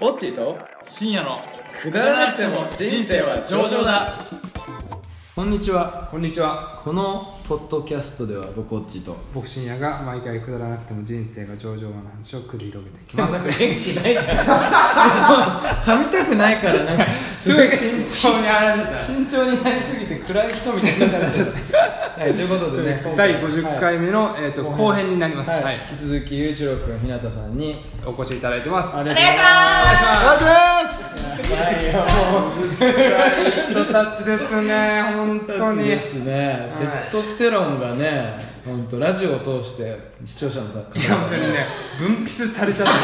オッチーと深夜のくだらなくても人生は上々だこんにちはこんにちはこのポッドキャストでは僕オッチーと僕深夜が毎回くだらなくても人生が上々な話を繰り広げていきなまんすか元気ないじゃん噛みたくないからなんか すごい慎慎重に話して重になりすぎて暗い人みたいになっちゃった、 はい、ということでねた第50回目目の、えー、と後編になります、はいはい引き続きゆういちろうくんひなたさんにお越しいただいてますありはがとうございますい人たちですね本当にですね、はいテストステロンがね本当ラジオを通して視聴者の方々いや本当にね分泌されちゃったさ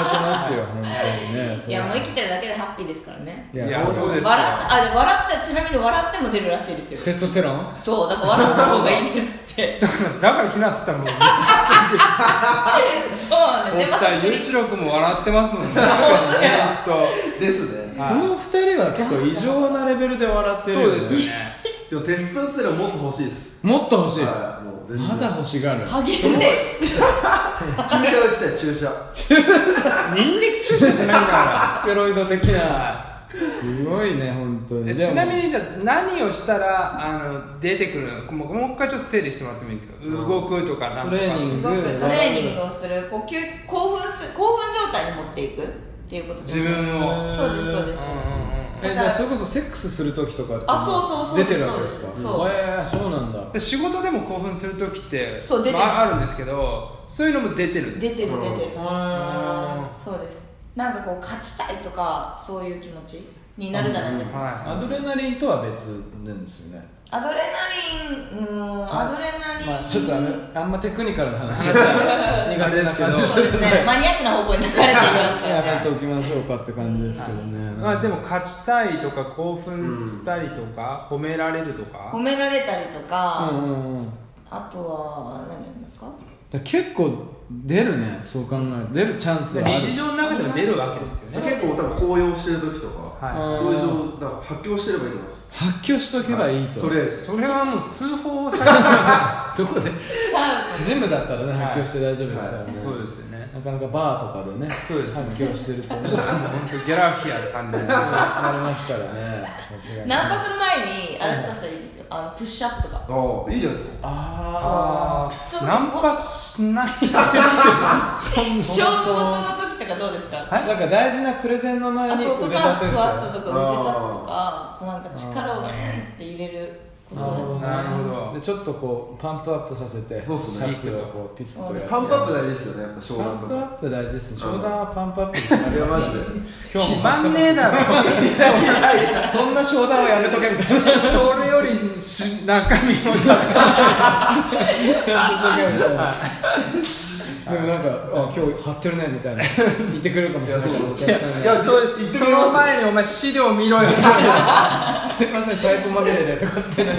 れてますよ本当にねいやもう生きてるだけでハッピーですからねいいや本当そうです笑ったあで笑ったちなみに笑っても出るらしいですテよストステロン そうだから笑った方がいいですってだからひなさんもめっちそうなんでゃお二人ゆういちろうくんも笑ってますもんね確かにね本ですね当この二人は結構異常なレベルで笑ってるそうですよねよねでもテストステロンもっと欲しいですもっと欲しいはいもう全然まだ欲しがる励んで注射打ちたい注射ニンニク注射じゃないかステロイド的なすごいね本当らえにちなみににじゃあ何をしたらあの出てくるもうもう一回ちょっと整理してもらってもいいですか動くとかなんとかトレーニン動グくトレーニングをする呼吸興奮す興奮状態に持っていくっていうことです自分をそうですそうですえだからそれこそセックスする時とかってあそうそうそう出てるわけですかそうですえーそうなんだで仕事でも興奮する時ってそう出てるまあ、あるんですけどそういうのも出てるんで出すてる出てるあそうですなんかこう勝ちたいとかそういう気持ちになるじゃないですかーはアドレナリンとは別なんですよねアドレナリンうーんアドレナリン、まあちょっとあのあんまテクニカルな話は 苦手ですけどそうですね マニアックな方向に流れていきますからや めねておきましょうかって感じですけどねい、まあ、でも勝ちたいとか興奮したりとか、褒められるとか褒められたりとか、うんうんうんあとは何やりますかだから結構出るねそう考えると出るチャンスはある日常の中でも出るわけですよね結構多分高揚してる時とかはいうんそういう状だから発狂してればいいと思います発狂しとけばいいと、とりあえずそれはもう通報されたどこでジムだったらねはい発狂して大丈夫ですからね、そうですよねなかなかバーとかでねそうですね発狂してるとねちょっともう本当ギャラフィアって感じでなりますからねさすがにナンパする前にあれとかしたらいいですよあのプッシュアップとかああいいじゃないですかあちょっとナンパしないですけどそんな勝負事の時とかどうですかあなんか大事なプレゼンの前あにそうと腕か立スて伏クせワットとか腕立つとかこうなんか力をうんって入れることだとなるほどでちょっとこうパンプアップさせてそうっすねシャツをこうピッとやってパンプアップ大事ですよねやっぱ湘パン南とプアかップ大事ですね商談はパンプアップですいやマジで今日も決まんねえだろそんな商談はやめとけみたいなそれよりし中身をでもなんか、あ今日張ってるねみたいな言ってくれるかもしれないですけどお客さんいがやそう言ってみますその前にお前資料見ろよすいませんタイプまみれでとかっつってね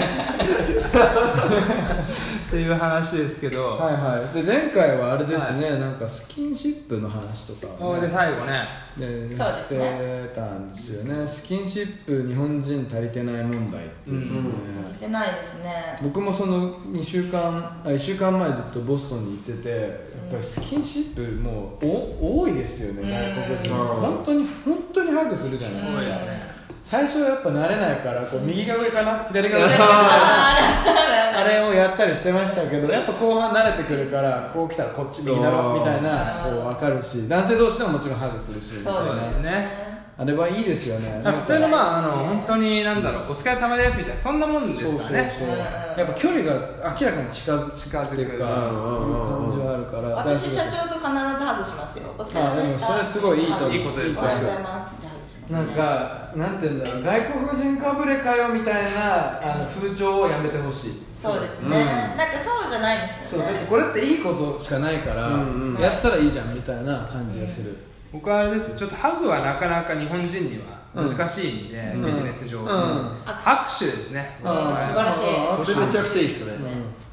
っていう話ですけど、はいはいで前回はあれですね、なんかスキンシップの話とかをでね最後ねでそうですしてたんですよねスキンシップ日本人足りてない問題っていうのをね、思ってないですね僕もその2週間あ1週間前ずっとボストンに行っててやっぱりスキンシップもうお多いですよね外国人うん本当に本当にハグするじゃないですか、最初やっぱ慣れないからこう右が上かな左が上かな あれをやったりしてましたけどやっぱ後半慣れてくるからこう来たらこっち右だろみたいなこう分かるし男性同士でももちろんハグするしそうですねあれはいいですよね普通のまああの本当になんだろう、お疲れ様ですみたいなそんなもんですからねそうそうそうやっぱ距離が明らかに近づ近づくっていうかうんうんうんうんいう感じはあるから私社長と必ずハグしますよお疲れあで様でしもそたれすごいいいと思ういいことですおはようございますってハグしますねなんかなんていうんだろう外国人かぶれかよみたいなあの風潮をやめてほしいそうですね、なんかそうじゃないですそうよだっねてこれっていいことしかないから、うんうんやったらいいじゃんみたいな感じがする、僕はあれですちょっとハグはなかなか日本人には難しいんで、うんビジネス上、うん握手ですね、うん素晴らしいそれめちゃくちゃいいですね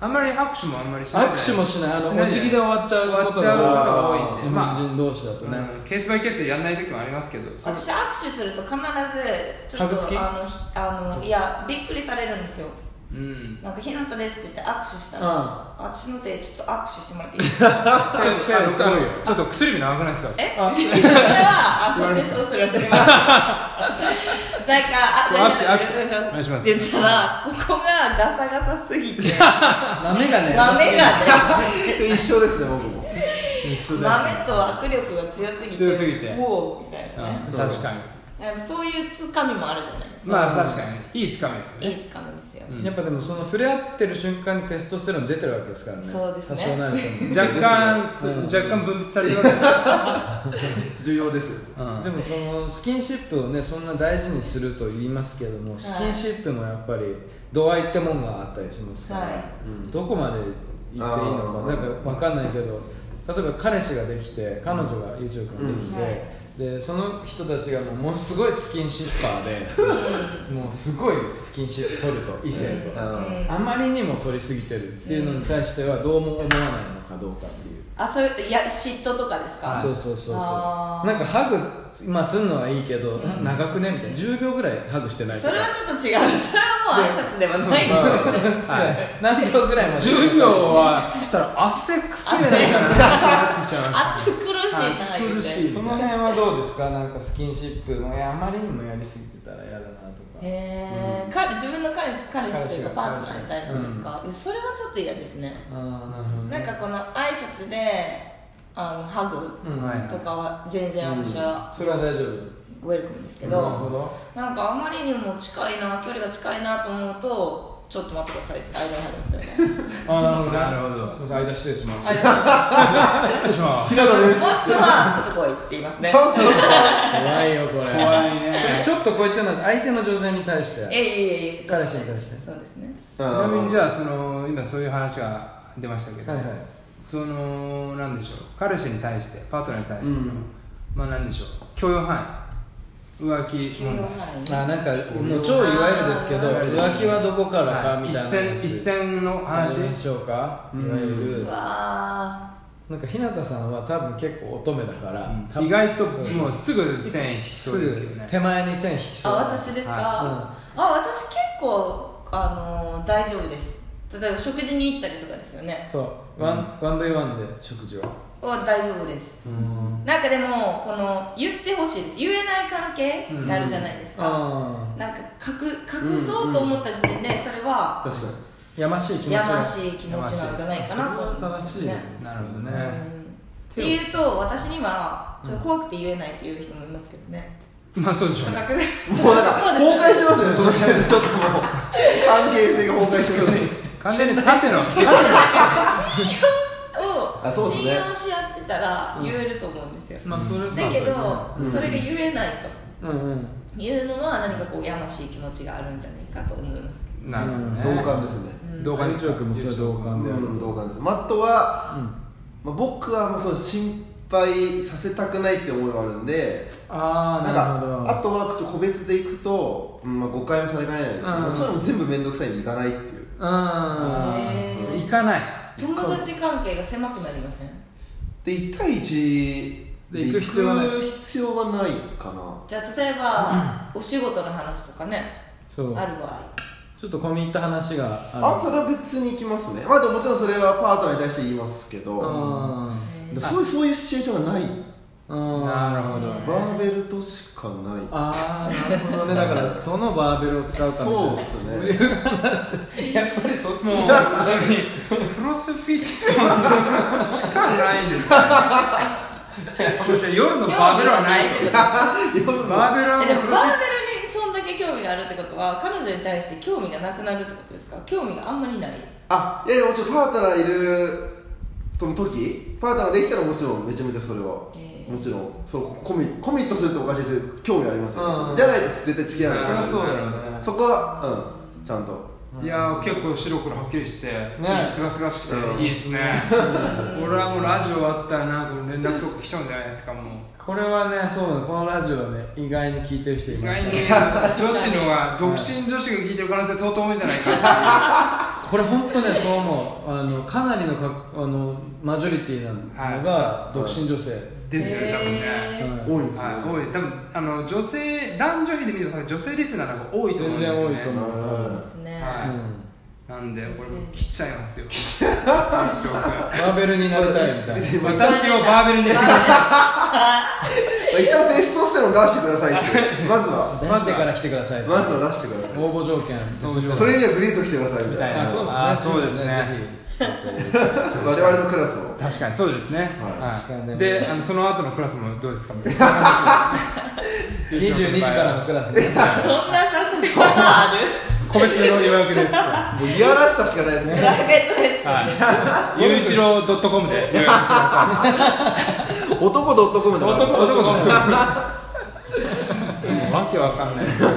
あんまり握手もあんまりしない握手もしないあのしないお辞儀で終わっちゃうこと終わっちゃうがことが多いんで日まあ本人同士だとね、うんケースバイケースでやらない時もありますけどそう私握手すると必ずちょっハグ付きとあのひあのいやびっくりされるんですようんなんか「ひなたです」って言って握手したら、うんあ私の手ちょっと握手してもらっていいですかちょっと手すごいよちょっと薬指長くないですかえあそれはあのテストするやってみますなんかあ握手握手じゃあよろしくおお願いしますって言ったらここがガサガサすぎて豆がね豆がね一緒ですね僕も一緒です豆と握力が強すぎて強すぎておおみたいなねうん確かになんかそういうつかみもあるじゃないですか、まあ確かにいいつかみですよいねいつかみですよ、うんやっぱでもその触れ合ってる瞬間にテストステロン出てるわけですからねそうですね多少なりとも若干すうん若干分泌されてますね重要ですうんでもそのスキンシップをねそんな大事にすると言いますけどもスキンシップもやっぱり度合いってもんがあったりしますから、はいうんどこまで行っていいのあかーなんか分かんないけど例えば彼氏ができて彼女が YouTube ができうんて、はいでその人たちがもうものすごいスキンシッパ ーでもうすごいスキンシップ取ると異性と、あうーんあまりにも取りすぎてるっていうのに対してはどうも思わないのかどうかっていうあそういういや嫉妬とかですかそうそうそうそうあーなんかハグ今すんのはいいけど、長くねみたいな10秒ぐらいハグしてないとそかれはちょっと違うそれはもう挨拶ではないです はい何秒ぐらいまで10秒はしたら汗くせえなみたいな話になってきちゃいま暑苦しいな暑言う苦てしいその辺はどうですかなんかスキンシップもいやあまりにもやりすぎてたら嫌だなとかへえー彼自分の彼氏彼氏というかパ彼ー氏トナーに対してですか、いやそれはちょっと嫌ですね、あーなるほどなんねかこの挨拶であのハグうんはいとかは全然私はそれは大丈夫ウェルカムですけなるほど、どなんかあまりにも近いな距離が近いなと思うとちょっと待ってくださいって間に入りますよねあーなるほどねなるほどすいません間失礼します間に入ります失礼しますひなたですすもしくはちょっと来いって言いますねちょっとす怖いよこれ怖いねちょっとこういったのは相手の女性に対してえいえいえ彼氏に対してそうですねちなみにじゃゃあその今そういう話が出ましたけど、はいはいそのなんでしょう彼氏に対してパートナーに対しての、うんまあなんでしょう許容範囲浮気急用問な題あーなんかもう超いわゆるですけどあー浮気はどこからかはいみ一たいなや線つ一線の話でしょうか、うんいわゆうるわなんか日向さんは多分結構乙女だから、多うん分意外ともうすぐ線引きそすうぐですよね手前に線引きーそうあ私ですか、はあ私結構あのー大丈夫です例えば食事に行ったりとかですよねそうワン、ワンデイワンで食事はは大丈夫ですうんなんかでもこの言ってほしいです言えない関係になるじゃないですか、あなんか隠隠そうと思った時点でそれは確かにあやましい気持ちやまがしい気持ちなんじゃないかなと思うんで正しすいよでねすなるほどうね、んっていうと私にはちょっと怖くて言えないっていう人もいますけどね、まあそうでしょうねなんかもうなんか崩壊してますよねその時点でちょっともう関係性が崩壊してるのに完全に縦の信あ用そうをですね信用し合ってたら言えると思うんですよ、まあそれはだけど、うんそれが言えないうんうんというのは何かこうやましい気持ちがあるんじゃないかと思いますなるほどね同感ですねうん同感ですよくもそれ同う感であるんと、同感ですマットはうんまあ、僕はもうその心配させたくないって思いはあるんであなあんなるほどかあとはちょっと個別で行くと、うんまあ、誤解もされかねないし、んまあそういうのも全部面倒くさいんで行かないっていうあへー行かない友達関係が狭くなりませんで1対1で行く必要はない行く必要はないかなじゃあ例えば、お仕事の話とかねそうある場合ちょっと込み入った話がああそれは別に行きますねまあでももちろんそれはパートナーに対して言いますけるどへーそういうそういうシチュエーションがないうんなるほどうんバーベルとしかないああなるほどねだからどのバーベルを使うかみたいそうなですねやっぱりそっちもう本当にクロスフィットしかないですね。じゃあ夜のバーベルはない。興味がないってこバーベルはもとえうでクロもバスフィッーベルにそんだけ興味があるってことは彼女に対して興味がなくなるってことですか興味があんまりないあいやいやもちろんパートナーいるその時パートナーできたらもちろんめちゃめちゃそれは、ええもちろんそうコミコミットするっておかしいですけど興味ありますよ、うんじゃないと絶対付き合わないそりゃそうだよねそこはうんちゃんとトいやー結構白黒はっきりして、ねすがすがしくうんていいですね。俺はもうラジオ終わったらなんか連絡とか来ちゃうんじゃないですかもう。これはねそうなのこのラジオはね意外に聞いてる人い意ま外すにね女子のは独身女子が聞いてる可能性相当多いんじゃないかな。これ本当ねそう思うあのかなりのかあのマジョリティなのがい独身女性、ですよね多分ね。へーはい多いんですよ、はい、多い多分あの女性男女比で見ると多分女性リスナーの方が多いと思う全ん然多ですよね。いと思う、うんですね、はいうんなんでこれ切っちゃいますよ結局バーベルになりたいみたいな 私をバーベルにしてくださ一旦テストステロン出してくださいってまずは出してから来てくださいまずは出してくださ応募条件いそれにはグリート来てくださいみたいなあそうですねあそうですね我々のクラスのい確かにそうですね、確かはい、にであのその後のクラスもどうです かみたいな話ぜをひ22時からのクラスでそんな作戦はある個別の予約ですはもういやらしさしかないですプねライベートですいゆういちろう .com で予約してくださ男ドットコムだからい 男の子わけわかんないですね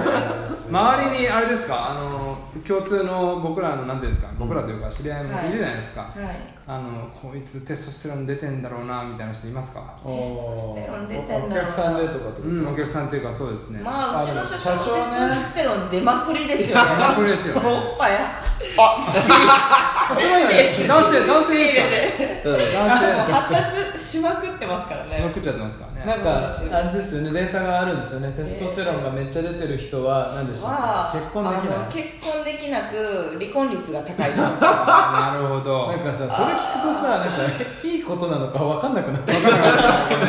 周りにあれですかあの共通の僕らのなんていうんですか僕らというか知り合いもいるじゃないですか、 はいあのこいつテストステロン出てんだろうなみたいな人いますかおステロン出てんだ お客さんでとかってことうんお客さんというかそうですねまあうちの社長社長ねテストステロン出まくりですよねまくりですよねおっぱいあ すごいね男性男性ですか男性あの発達しまくってますからしまねくっちゃってますからなねんかあれですよねデータがあるんですよねテストステロンがめっちゃ出てる人は何でしたっはけ結婚できあのな結婚できなく離婚率が高い なるほどいなんかさそれ聞くとさなんかえいいことなのか分かんなくなってわかんなかったですけど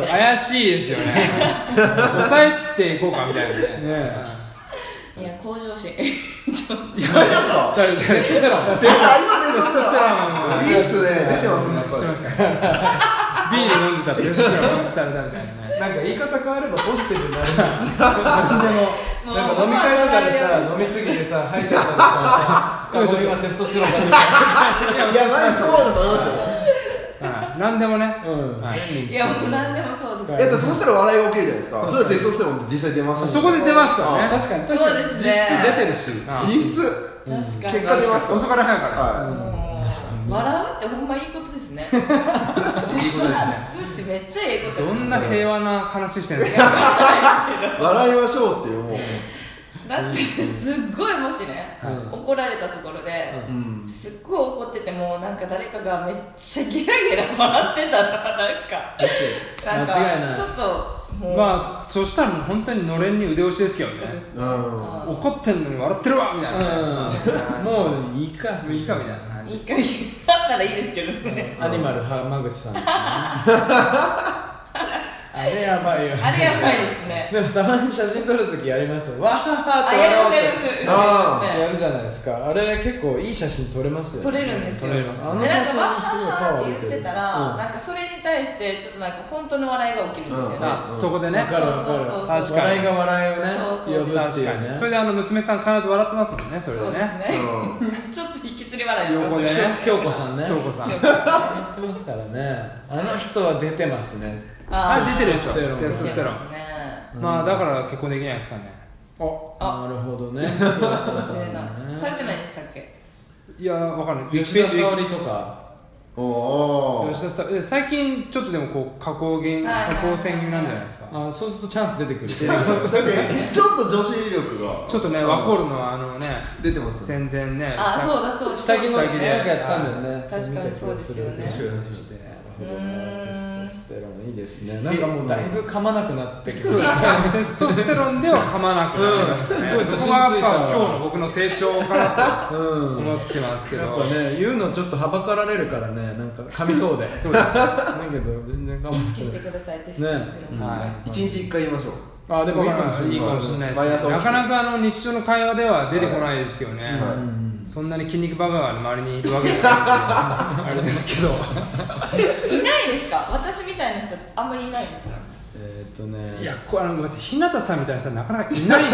ね 怪しいですよね抑えていこうかみたいなねねいや向上心大丈夫ですか誰誰テストステロンあ今テストステロンいいっすね出てうんます知っねてましたビール飲んでたらテストステロンアップされたみたいなねなんか言い方変わればポジティブになる 何でもなんか飲み会とかでさ飲みすぎてさ入っちゃったりさ あ俺今テストステロンが出てるいやまあそうだと思いますよはい何でもねうんはいいやもう何でもそうですはえっとそしたら笑いが起きるじゃないですかそしたらテストステロン実際出ましたそこで出ますからあね確かに確かにそうです実ね質出てるしうん実質確かに結果出ます遅から早から、はもう笑うってほんまいいことですねい、いことですね笑うってめっちゃいいことどんな平和な話してるんですかい笑いましょうっていうもうだってすっごいもしね、うん怒られたところで、うんすっごい怒っててもなんか誰かがめっちゃギラギラ笑ってたらなんかなんか間違いないちょっともう、まあそしたらもう本当にのれんに腕押しですけどねうんあ怒ってんのに笑ってるわみたいな、うんもういいかもういいかみたいな話いい回だったらいいですけどね、アニマル浜口 さんですねあれやばいよあれやばいですね でもたまに写真撮るときやりますよわははっあてやり笑おまうとすやりますうちあーですやねるじゃないですかあれ結構いい写真撮れますよね取れるんですよ取でれなまんすかねあのわっ写真すごいパはワっーはって言ってたうんらなんかそれに対してちょっとなんか本当の笑いが起きるんですよねうんあそこでねわかるわそうそうそうかる確かに笑いが笑いをねそ呼うそうぶ確っかていうにそれねであの娘さん必ず笑ってますもんねそれそでうねですねうんちょっと引きずり笑い横でね京子 さんね京子さんやってますからねあの人は出てますねーあ出てるでテスしトステロょンテストステロン出てますねまあだから結婚できないですかねあなるほど ねかもしれないされてないんでしたっけいやわかんない吉田ウィキペデ沙ィア保里とかおー吉田さんえ最近ちょっとでもこう加工減はいはい加工線気味なんじゃないですかあそうするとチャンス出 てくるちょっと女子力がちょっとねワコールのあのね出てますね宣伝ねあしたそうだそうだ下着のなそうんだかねやったんだよね確かにそうですよねしてなるほどねテストステロンいいですねなんかもうだいぶ噛まなくなってきてそうですね、テストステロンでは噛まなくなりましたね、うんすごいそこがやっ自信ぱついたわ今日の僕の成長かなうとん思ってますけど、やっぱね言うのちょっとはばかられるからねなんか噛みそうでそうですね、だけど全然噛ま意識しなていくださいテストステロンは一日一回言いましょうあい、ででももいいいいかかももししれれなないいですね毎朝起きてなかなかあの日常の会話では出てこないですけどね、はいそんなに筋肉バカが周りにいるわけじゃないんであれですけど、いないですか私みたいな人あんまりいないですかえーっとねいや、こうあのごめんなさい、日向さんみたいな人はなかなかいないです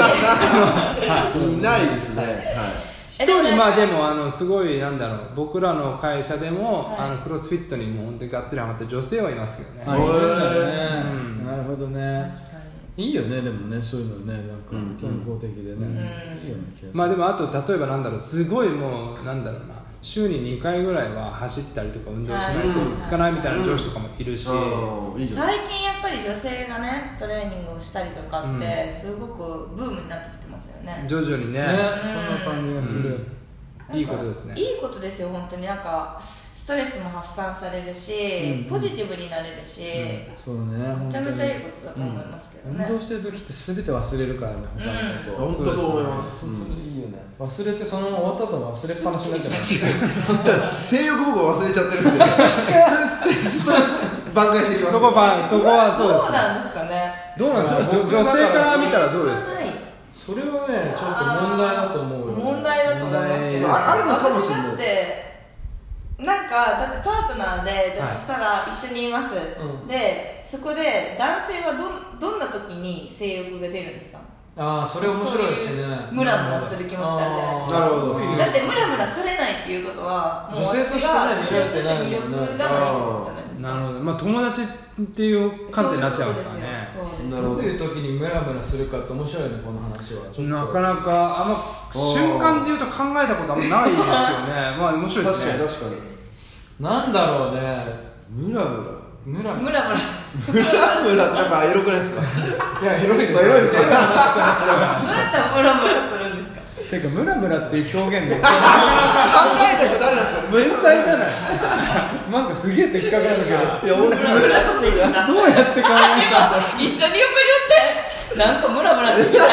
よいないですね一人まあでもあのすごいなんだろう僕らの会社でも、はいあのクロスフィットにもう本当にがっつりハマった女性はいますけどね、あいるんだうねんなるほどね確かにいいよねでもねそういうのねなんか健康的でねうんいいよね気がするまあでもあと例えばなんだろうすごいもうなんだろうな週に2回ぐらいは走ったりとか運動しないと落ち着かないみたいな女子とかもいるし、はいいいじゃない最近やっぱり女性がねトレーニングをしたりとかって、すごくブームになってきてますよね徐々にねねそんな感じがするいいことですねいいことですよ本当になんかストレスも発散されるし、うんポジティブになれるし、そうねめちゃめちゃいいことだと思いますけどね運動してる時って全て忘れるからね他のこと、うん本当そう思います本当にいいよね忘れてその終わった後忘れっぱなしになっちゃ性欲僕は忘れちゃってるんでそれ挽回していきますそこばそこはそうですどうなんですかねうどうなんですか僕女女性から見見たらどうですかないそれはねちょっと問題だと思うよ、ね、問題だと思いますけど問題ああるのかもしれな私いだってなんかだってパートナーでじゃあそしたら一緒にいます、うんでそこで男性はどんどんな時に性欲が出るんですかああそれ面白いですねそういうムラムラする気持ちってあるじゃないですかなるほどうんだってムラムラされないっていうことはもう女性とし私てがは女ね性として魅力がないってことじゃないですかなるほどまあ友達っていう観点になっちゃうんですからねそういうどこういう時にムラムラするかって面白いねこの話はちょっとなかなかあんま瞬間でいうと考えたことあんまないですけどねまあ面白いで確すかにね確かになんだろうねムラムラムラとですムよねラム ラムラムラムラってなんかエロくないですかいやエロいですまあエロいですよねどうやったらムラムラするんですかていうかムラムラっていう表現で考えた人誰なんですか天才じゃないなんかすげえ的確なんだけどいや俺ムラムラしてるなどうやって考えたんだ一緒に横におってなんかムラムラしてきたよ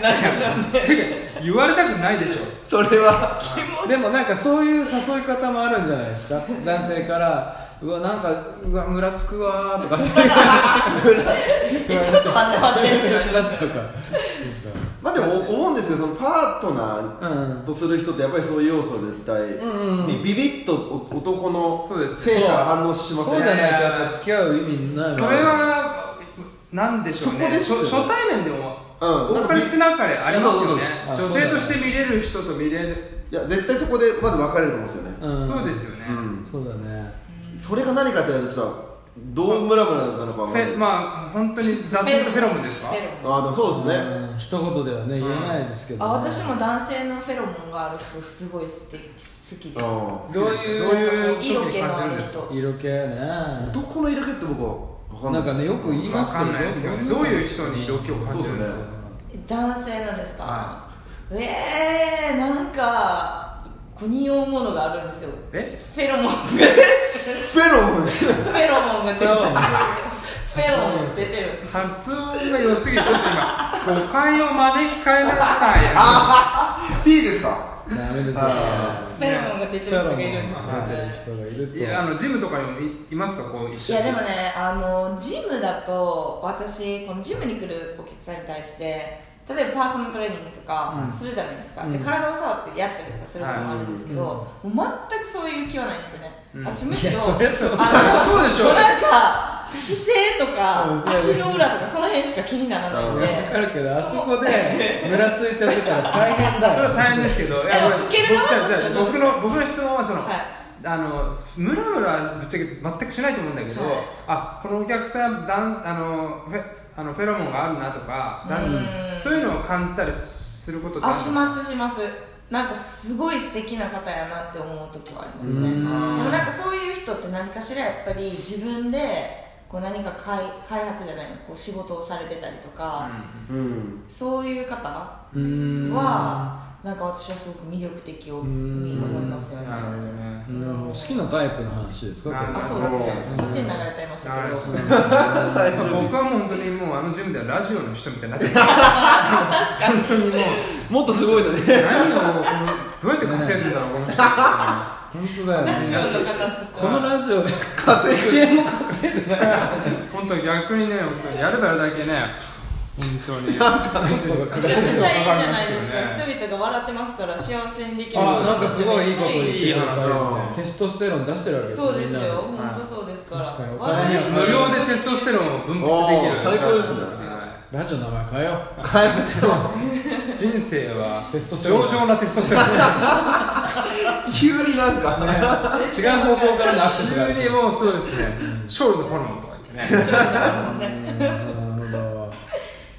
な るほどね言われたくないでしょそれはでもなんかそういう誘い方もあるんじゃないですか男性からうわなんかうわムラつくわーとかってえちょっと待って待ってってなる なっちゃうからまあでも思うんですけどそのパートナーとする人ってやっぱりそういう要素は絶対んうんうんビビビッとお男のそうですセンサー反応しますそうじゃないねとやっぱ付き合う意味ないもんそれはなんでしょうねそこですよ初初対面でもうん多かれ少なかれありますよねいやそうそうそう女性として見れる人と見れるいや絶対そこでまず分かれると思うんですよねうんそうですよねうんそうだねそれが何かって言われるとちょっとどうムラムラなのかフはェまあ本当に雑に言うとフェロモンですかフェロモあンあでもそうですねうん一言ではね言えないですけどあね私も男性のフェロモンがある人すごい素敵好きであす好きですどういうどういう時色に気の感あじるんるですか人色気ねあ男の色気って僕は分かんなないんかねよく言いまわすかんないですけどねどういう人に色気を感じるんですかそうですね男性のですかはえーなんか子に用ものがあるんですよえフェロモンがフェロモ ンフェロモンが出てるフェロモン出てる発音が良すぎてちょっと今誤解を招きかえなかったんや いいですかダメですよあフェロモンが出てるフ人ェがロモンいるんですが出てる人がいるといやあのジムとかにもいいますかこう一い緒にやでもねあのジムだと私このジムに来るお客さんに対して例えばパーソナルトレーニングとかうんするじゃないですか、うんじゃあ体を触ってやったりとかすることもあるんですけど、もう全くそういう気はないんですよね、うん私むしろいやそりゃそうあそうでしょうなんか姿勢とうんか足の裏とかその辺しか気にならないんでわかるけどあそこでムラついちゃってたら大変だそれはよ大変ですけど、いやごめんいけるな僕じゃあじゃあ僕の僕の質問はその、はいあのムラムラぶっちゃけ全くしないと思うんだけど、はいあこのお客さんダンスあのフェあのフェロモンがあるなとか、ダンうんそういうのを感じたりすることってああるんですしかますしますなんかすごい素敵な方やなって思う時はありますねうでんもなんかそういう人って何かしらやっぱり自分でこう何か開開発じゃないこう仕事をされてたりとか、うんそういう方はうーんなんか私はすごく魅力的をに思いますようんねなるほどあねなるほど好きなタイプの話ですかなるほどそうですうんねそっちに流れちゃいましたけなるどほ確ど最後 僕はもう本当にもうあのジムではラジオの人みたいになっちゃった本当にもうもっとすごいのね何をこのどうやって稼いでんだろうこの人本当だよラジねオ の方このラジオで稼ぐ1円も稼いでない本当に逆にね本当にやればやるだけね本当にめちゃくちゃいいじゃないですか人々が笑ってますから幸せにできるあなんかすごいいいこと言ってめっちゃいくいれたいい話ですねテストステロン出してるわけですよそうですみんなよ、の本当そうですから。確かに笑い無料でテストステロンを分泌できるおー最高ですねはラジオの名前変えよう変えましょい人生はテストステロン上々なテストステロンう急になんか違う方向からのアクセスがある急にもうそうですね勝利の炎とか言ってねなるほど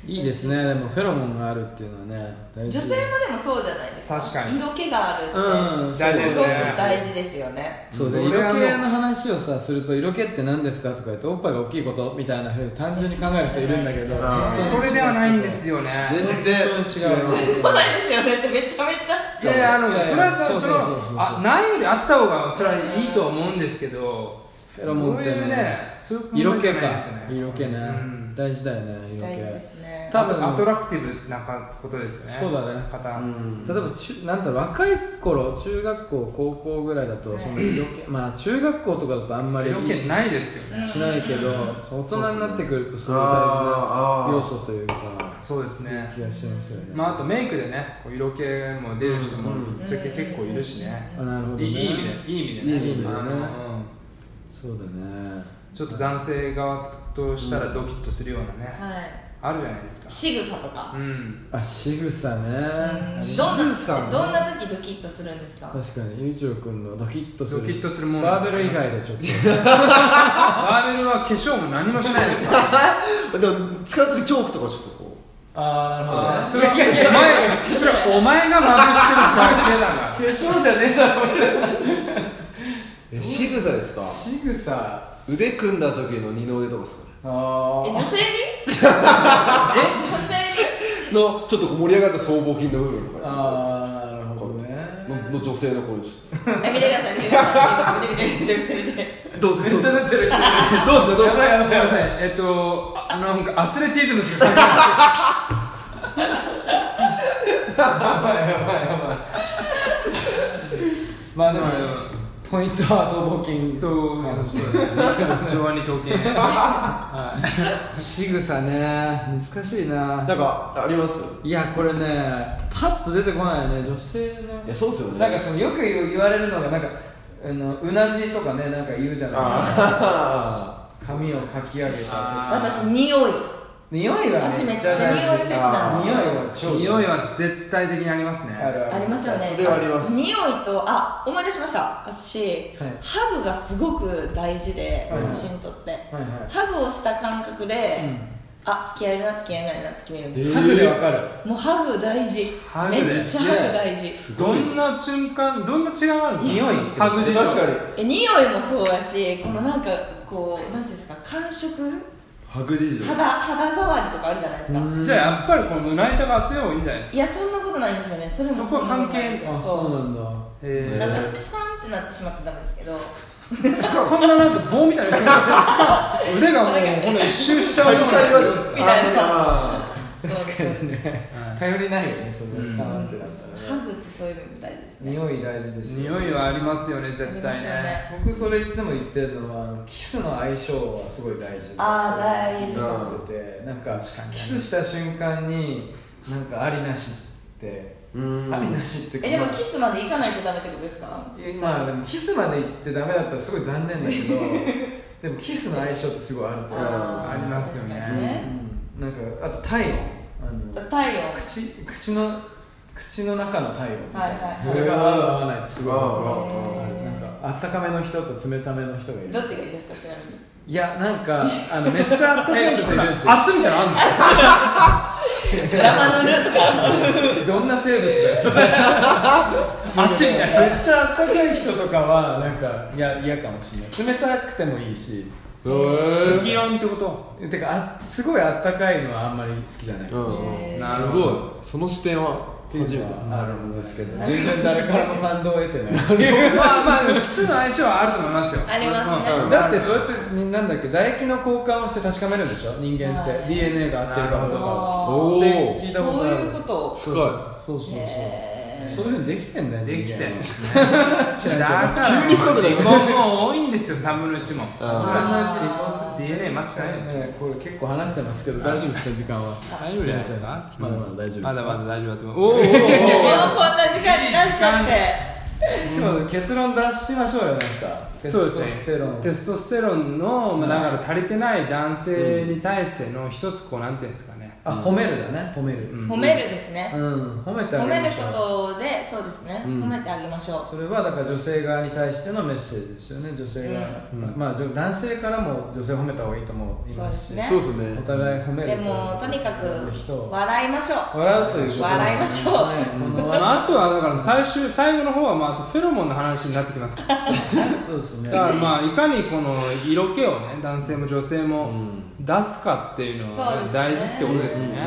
いいですねでもフェロモンがあるっていうのはね大女性もでもそうじゃないですか確かに色気があるって、うん大事ですすごねく大事ですよねそうでそれ色はもう気の話をさすると色気って何ですかとか言っておっぱいが大きいことみたいなふうに単純に考える人いるんだけどあーそれではないんですよね全然本当に違うそうないですよねってめちゃめちゃいやいやあのいやいやそれはそうそうそそれそうそうそうはあないよりあった方がそれはいいとは思うんですけどフェロモンってねそういうねそういう色問気題じゃないかですよね色気ね、うん大事だよね色気大事ですね多多分分アトラクティブなことですよねそうだね方、うん例えば中なんだろう若い頃中学校高校ぐらいだとはいその色気、まあ中学校とかだとあんまり意色識気ないですけどねしないけど、大人になってくるとすごい大事あなー要素というかそうですね気がしますよね、まああとメイクでねこう色気も出る人もぶっちゃけ結構いるしね、あなるほどねいいいい意味でいい意味でねいい意味でねあのうんそうだねちょっと男性側としたらドキッとするようなね、はいあるじゃないですか仕草とか、うんあ仕草ねどんな仕草ねどんな時ドキッとするんですか確かにゆうちろくんのドキッとするドキッとするものバーベル以外でちょっとバーベルは化粧も何もしないですからでも使う時チョークとかちょっとこああーそれはお前それはお前がまぶし化てるだけだから粧じゃねえだろうえ仕草ですか仕草あ腕組んだ時の二の腕とかですかねあえ 女性にえ女性にのちょっとこう盛り上がった僧帽筋の部分とかあーなるほどねのの女性のこうちょっえ見てください見てください見て見て見て見て見て見てとどうぞめっちゃ出てるどうぞどうやぞばいやごめばいんなさいえっとあなんかアスレティズムしか書いてないやばいやばいやばいまあでも、まあでもポイントは僧帽筋そうそう上腕二頭筋仕草ね難しいななんかありますいやこれねパッと出てこないよね女性いやそうっすよのねなんかそのよく言う言われるのがなんかあのうなじとかねなんか言うじゃないですか髪をかき上げたとか私匂い匂いは私めっちゃ匂いフェチなんです匂よいは超匂いは絶対的にありますねあるありますよねそれはあります匂いとあ思い出しました私、はいハグがすごく大事で、はい私にとって、はいハグをした感覚で、うんあ付き合えるな付き合えないなって決めるんです、ハグでわかるもうハグ大事ハグでめっちゃハグ大事どんな瞬間どんな違いがあるんですか匂いハグ事情確かにえ匂いもそうやしこのなんかこうなんていうんですか感触白事情肌肌触りとかあるじゃないですか、うんじゃあやっぱりこの胸板が厚い方がいいんじゃないですかいやそんなことないんですよねそれもそこはんなとないんですよあそうそうなんだえなんーかスカンってなってしまってダメですけどそんななんか棒みたいな人がいてさ腕がもうこの一周しちゃうような人みたいなあ確かに頼りないよねそんなスカーンってなったらハねグってそういうのも大事ですね匂い大事ですよ匂いはありますよね絶対ありますよねね僕それいつも言ってるのはキスの相性はすごい大事あー大事だと思っててなんかキスした瞬間になんかありなしってーうんありなしってえでもキススまで行かないとダメってことですかまあでもキスまで行ってダメだったらすごい残念だけど でもキスの相性ってすごいあると思うーありますよね確かにうんなんかあと体温あの体温口口の口の中の体温みたいな、はいはいそれが合う合わないってすごい僕はへーなんかあったかめの人と冷ための人がいるどっちがいいですかちなみにいやなんかあのめっちゃあったかい人いるんですよ厚みたいなのあんの生ぬるとかどんな生物だよそれめっあっちみたいなちゃあったかい人とかはなんかいや嫌かもしれない冷たくてもいいし適温ってことてかあすごいあったかいのはあんまり好きじゃない、うっんうんなするほごいどその視点はていう初めてのはあるんですけど全然誰からも賛同を得て ないまあまあでもキスの相性はあると思いますよありますねうんうんだってそうやってになんだっけ唾液の交換をして確かめるんでしょ人間って、はい DNA が合ってるかどうかあおおって聞ーいたことあそうるいうことそうそうそうそうへーそういうふうにできてんだよできて人間るんはですねだから急に深くなる離婚も多いんですよ3分の1もあ自分のうちにこうする DNA マッチしないですねこれ結構話してますけど大丈夫ですか時間は大丈夫じゃないですかまだまだ大丈夫ですまだまだ大丈夫だと思うおーおーおーもうこんな時間になっちゃって今日結論出しましょうよなんかそうですねテストステロンテストステロンの、まあ、だから足りてない男性に対しての一つこうなんていうんですかね、あ褒めるだね褒めるううん、ん褒めるですね、褒めてあ褒げめまるしょうことでそうですね、うん褒めてあげましょうそれはだから女性側に対してのメッセージですよね女性が、うんまあじょ男性からも女性褒めた方がいいと思いますしそうですねそうですねお互い褒めるでもとにかく人を笑いましょう笑うということ笑いましょうこのまあ、あとはだから最終最後の方はまああとフェロモンの話になってきますからそうですねだからまあいかにこの色気をね男性も女性もうん出すかっていうのはね、そうですね大事ってことですよね、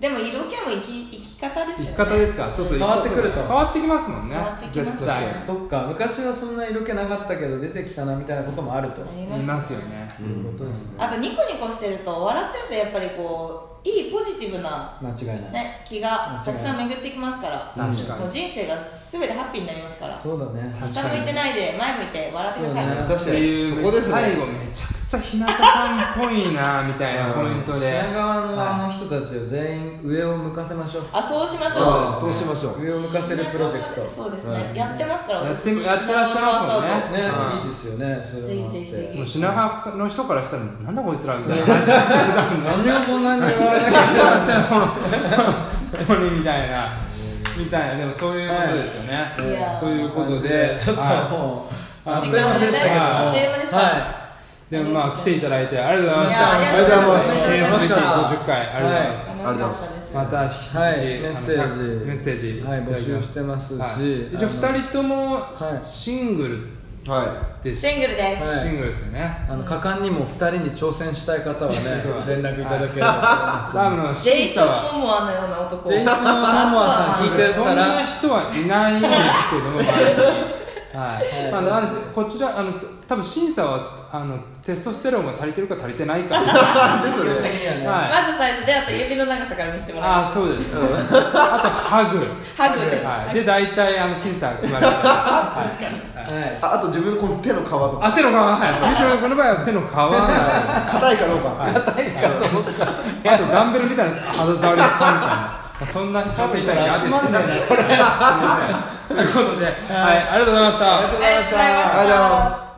でも色気も生き生き方です生よねき方ですからそうそう変わってくると変わってきますもんね変わってきます絶対そっか昔はそんな色気なかったけど出てきたなみたいなこともあるとあいりいますよね、うことですねあとニコニコしてると笑ってるとやっぱりこういいポジティブな、間違いないね、気がたくさん巡ってきますから確かにもう人生が全てハッピーになりますからそうだね下向いてないで前向いて笑ってください、そうね確ってかにいうそこですね最後めちゃくちゃ日向さんっぽいなみたいなコメントで、品川のあの人たちを全員上を向かせましょうあそうしましょうあーそうしましょう上を向かせるプロジェクトそうですね、やってますからやって私やってらっしゃいますもんねね、うんいいですよねそれもあってぜひぜひぜひもう品川の人からしたらなんだこいつらみたいな話してたんだ何をこんなに言われなきゃいけない本当にみたいなみたいなでもそういうことですよね、いやーということでちょっとはいもうあっと時いう間間ででしたねけどあもっという間でした、はでもまあ来ていただいてありがとうございましいたやありがとうございます記念すべきありがとうございました50回ありがとうございます、楽しかったですまた引き続き、はいあメのッセージメッセージはいいただき募ま集してますしはいあ一応の2人ともはいシングルはです、シングルです、はいシングルですよねあの果敢にも2人に挑戦したい方 はねそう連絡いただければと思いますラムのジェイ審ソ査ン・はモモアのような男ジェイソン・モモアさん聞いて そんたらな人はいないんですけどもまあはいまあなんせこちらあのす多分審査はあのテストステロンが足りてるか足りてないか は ですねいまず最初であと指の長さから見せてもらいあまあそうです、あとハグ、すハグで、はい、で大体あの審査が決まるみたいです、はいはいいああと自分のこの手の皮とかあ手の皮はい、うちのこの場合は手の皮あ硬いかどうかとダンベルみたいな肌触りのパンみたいな、まあ、そんな人みたいな嫌ですけどねすいませんということで、はい、ありがとうございましたありがとうございましたありがとうございます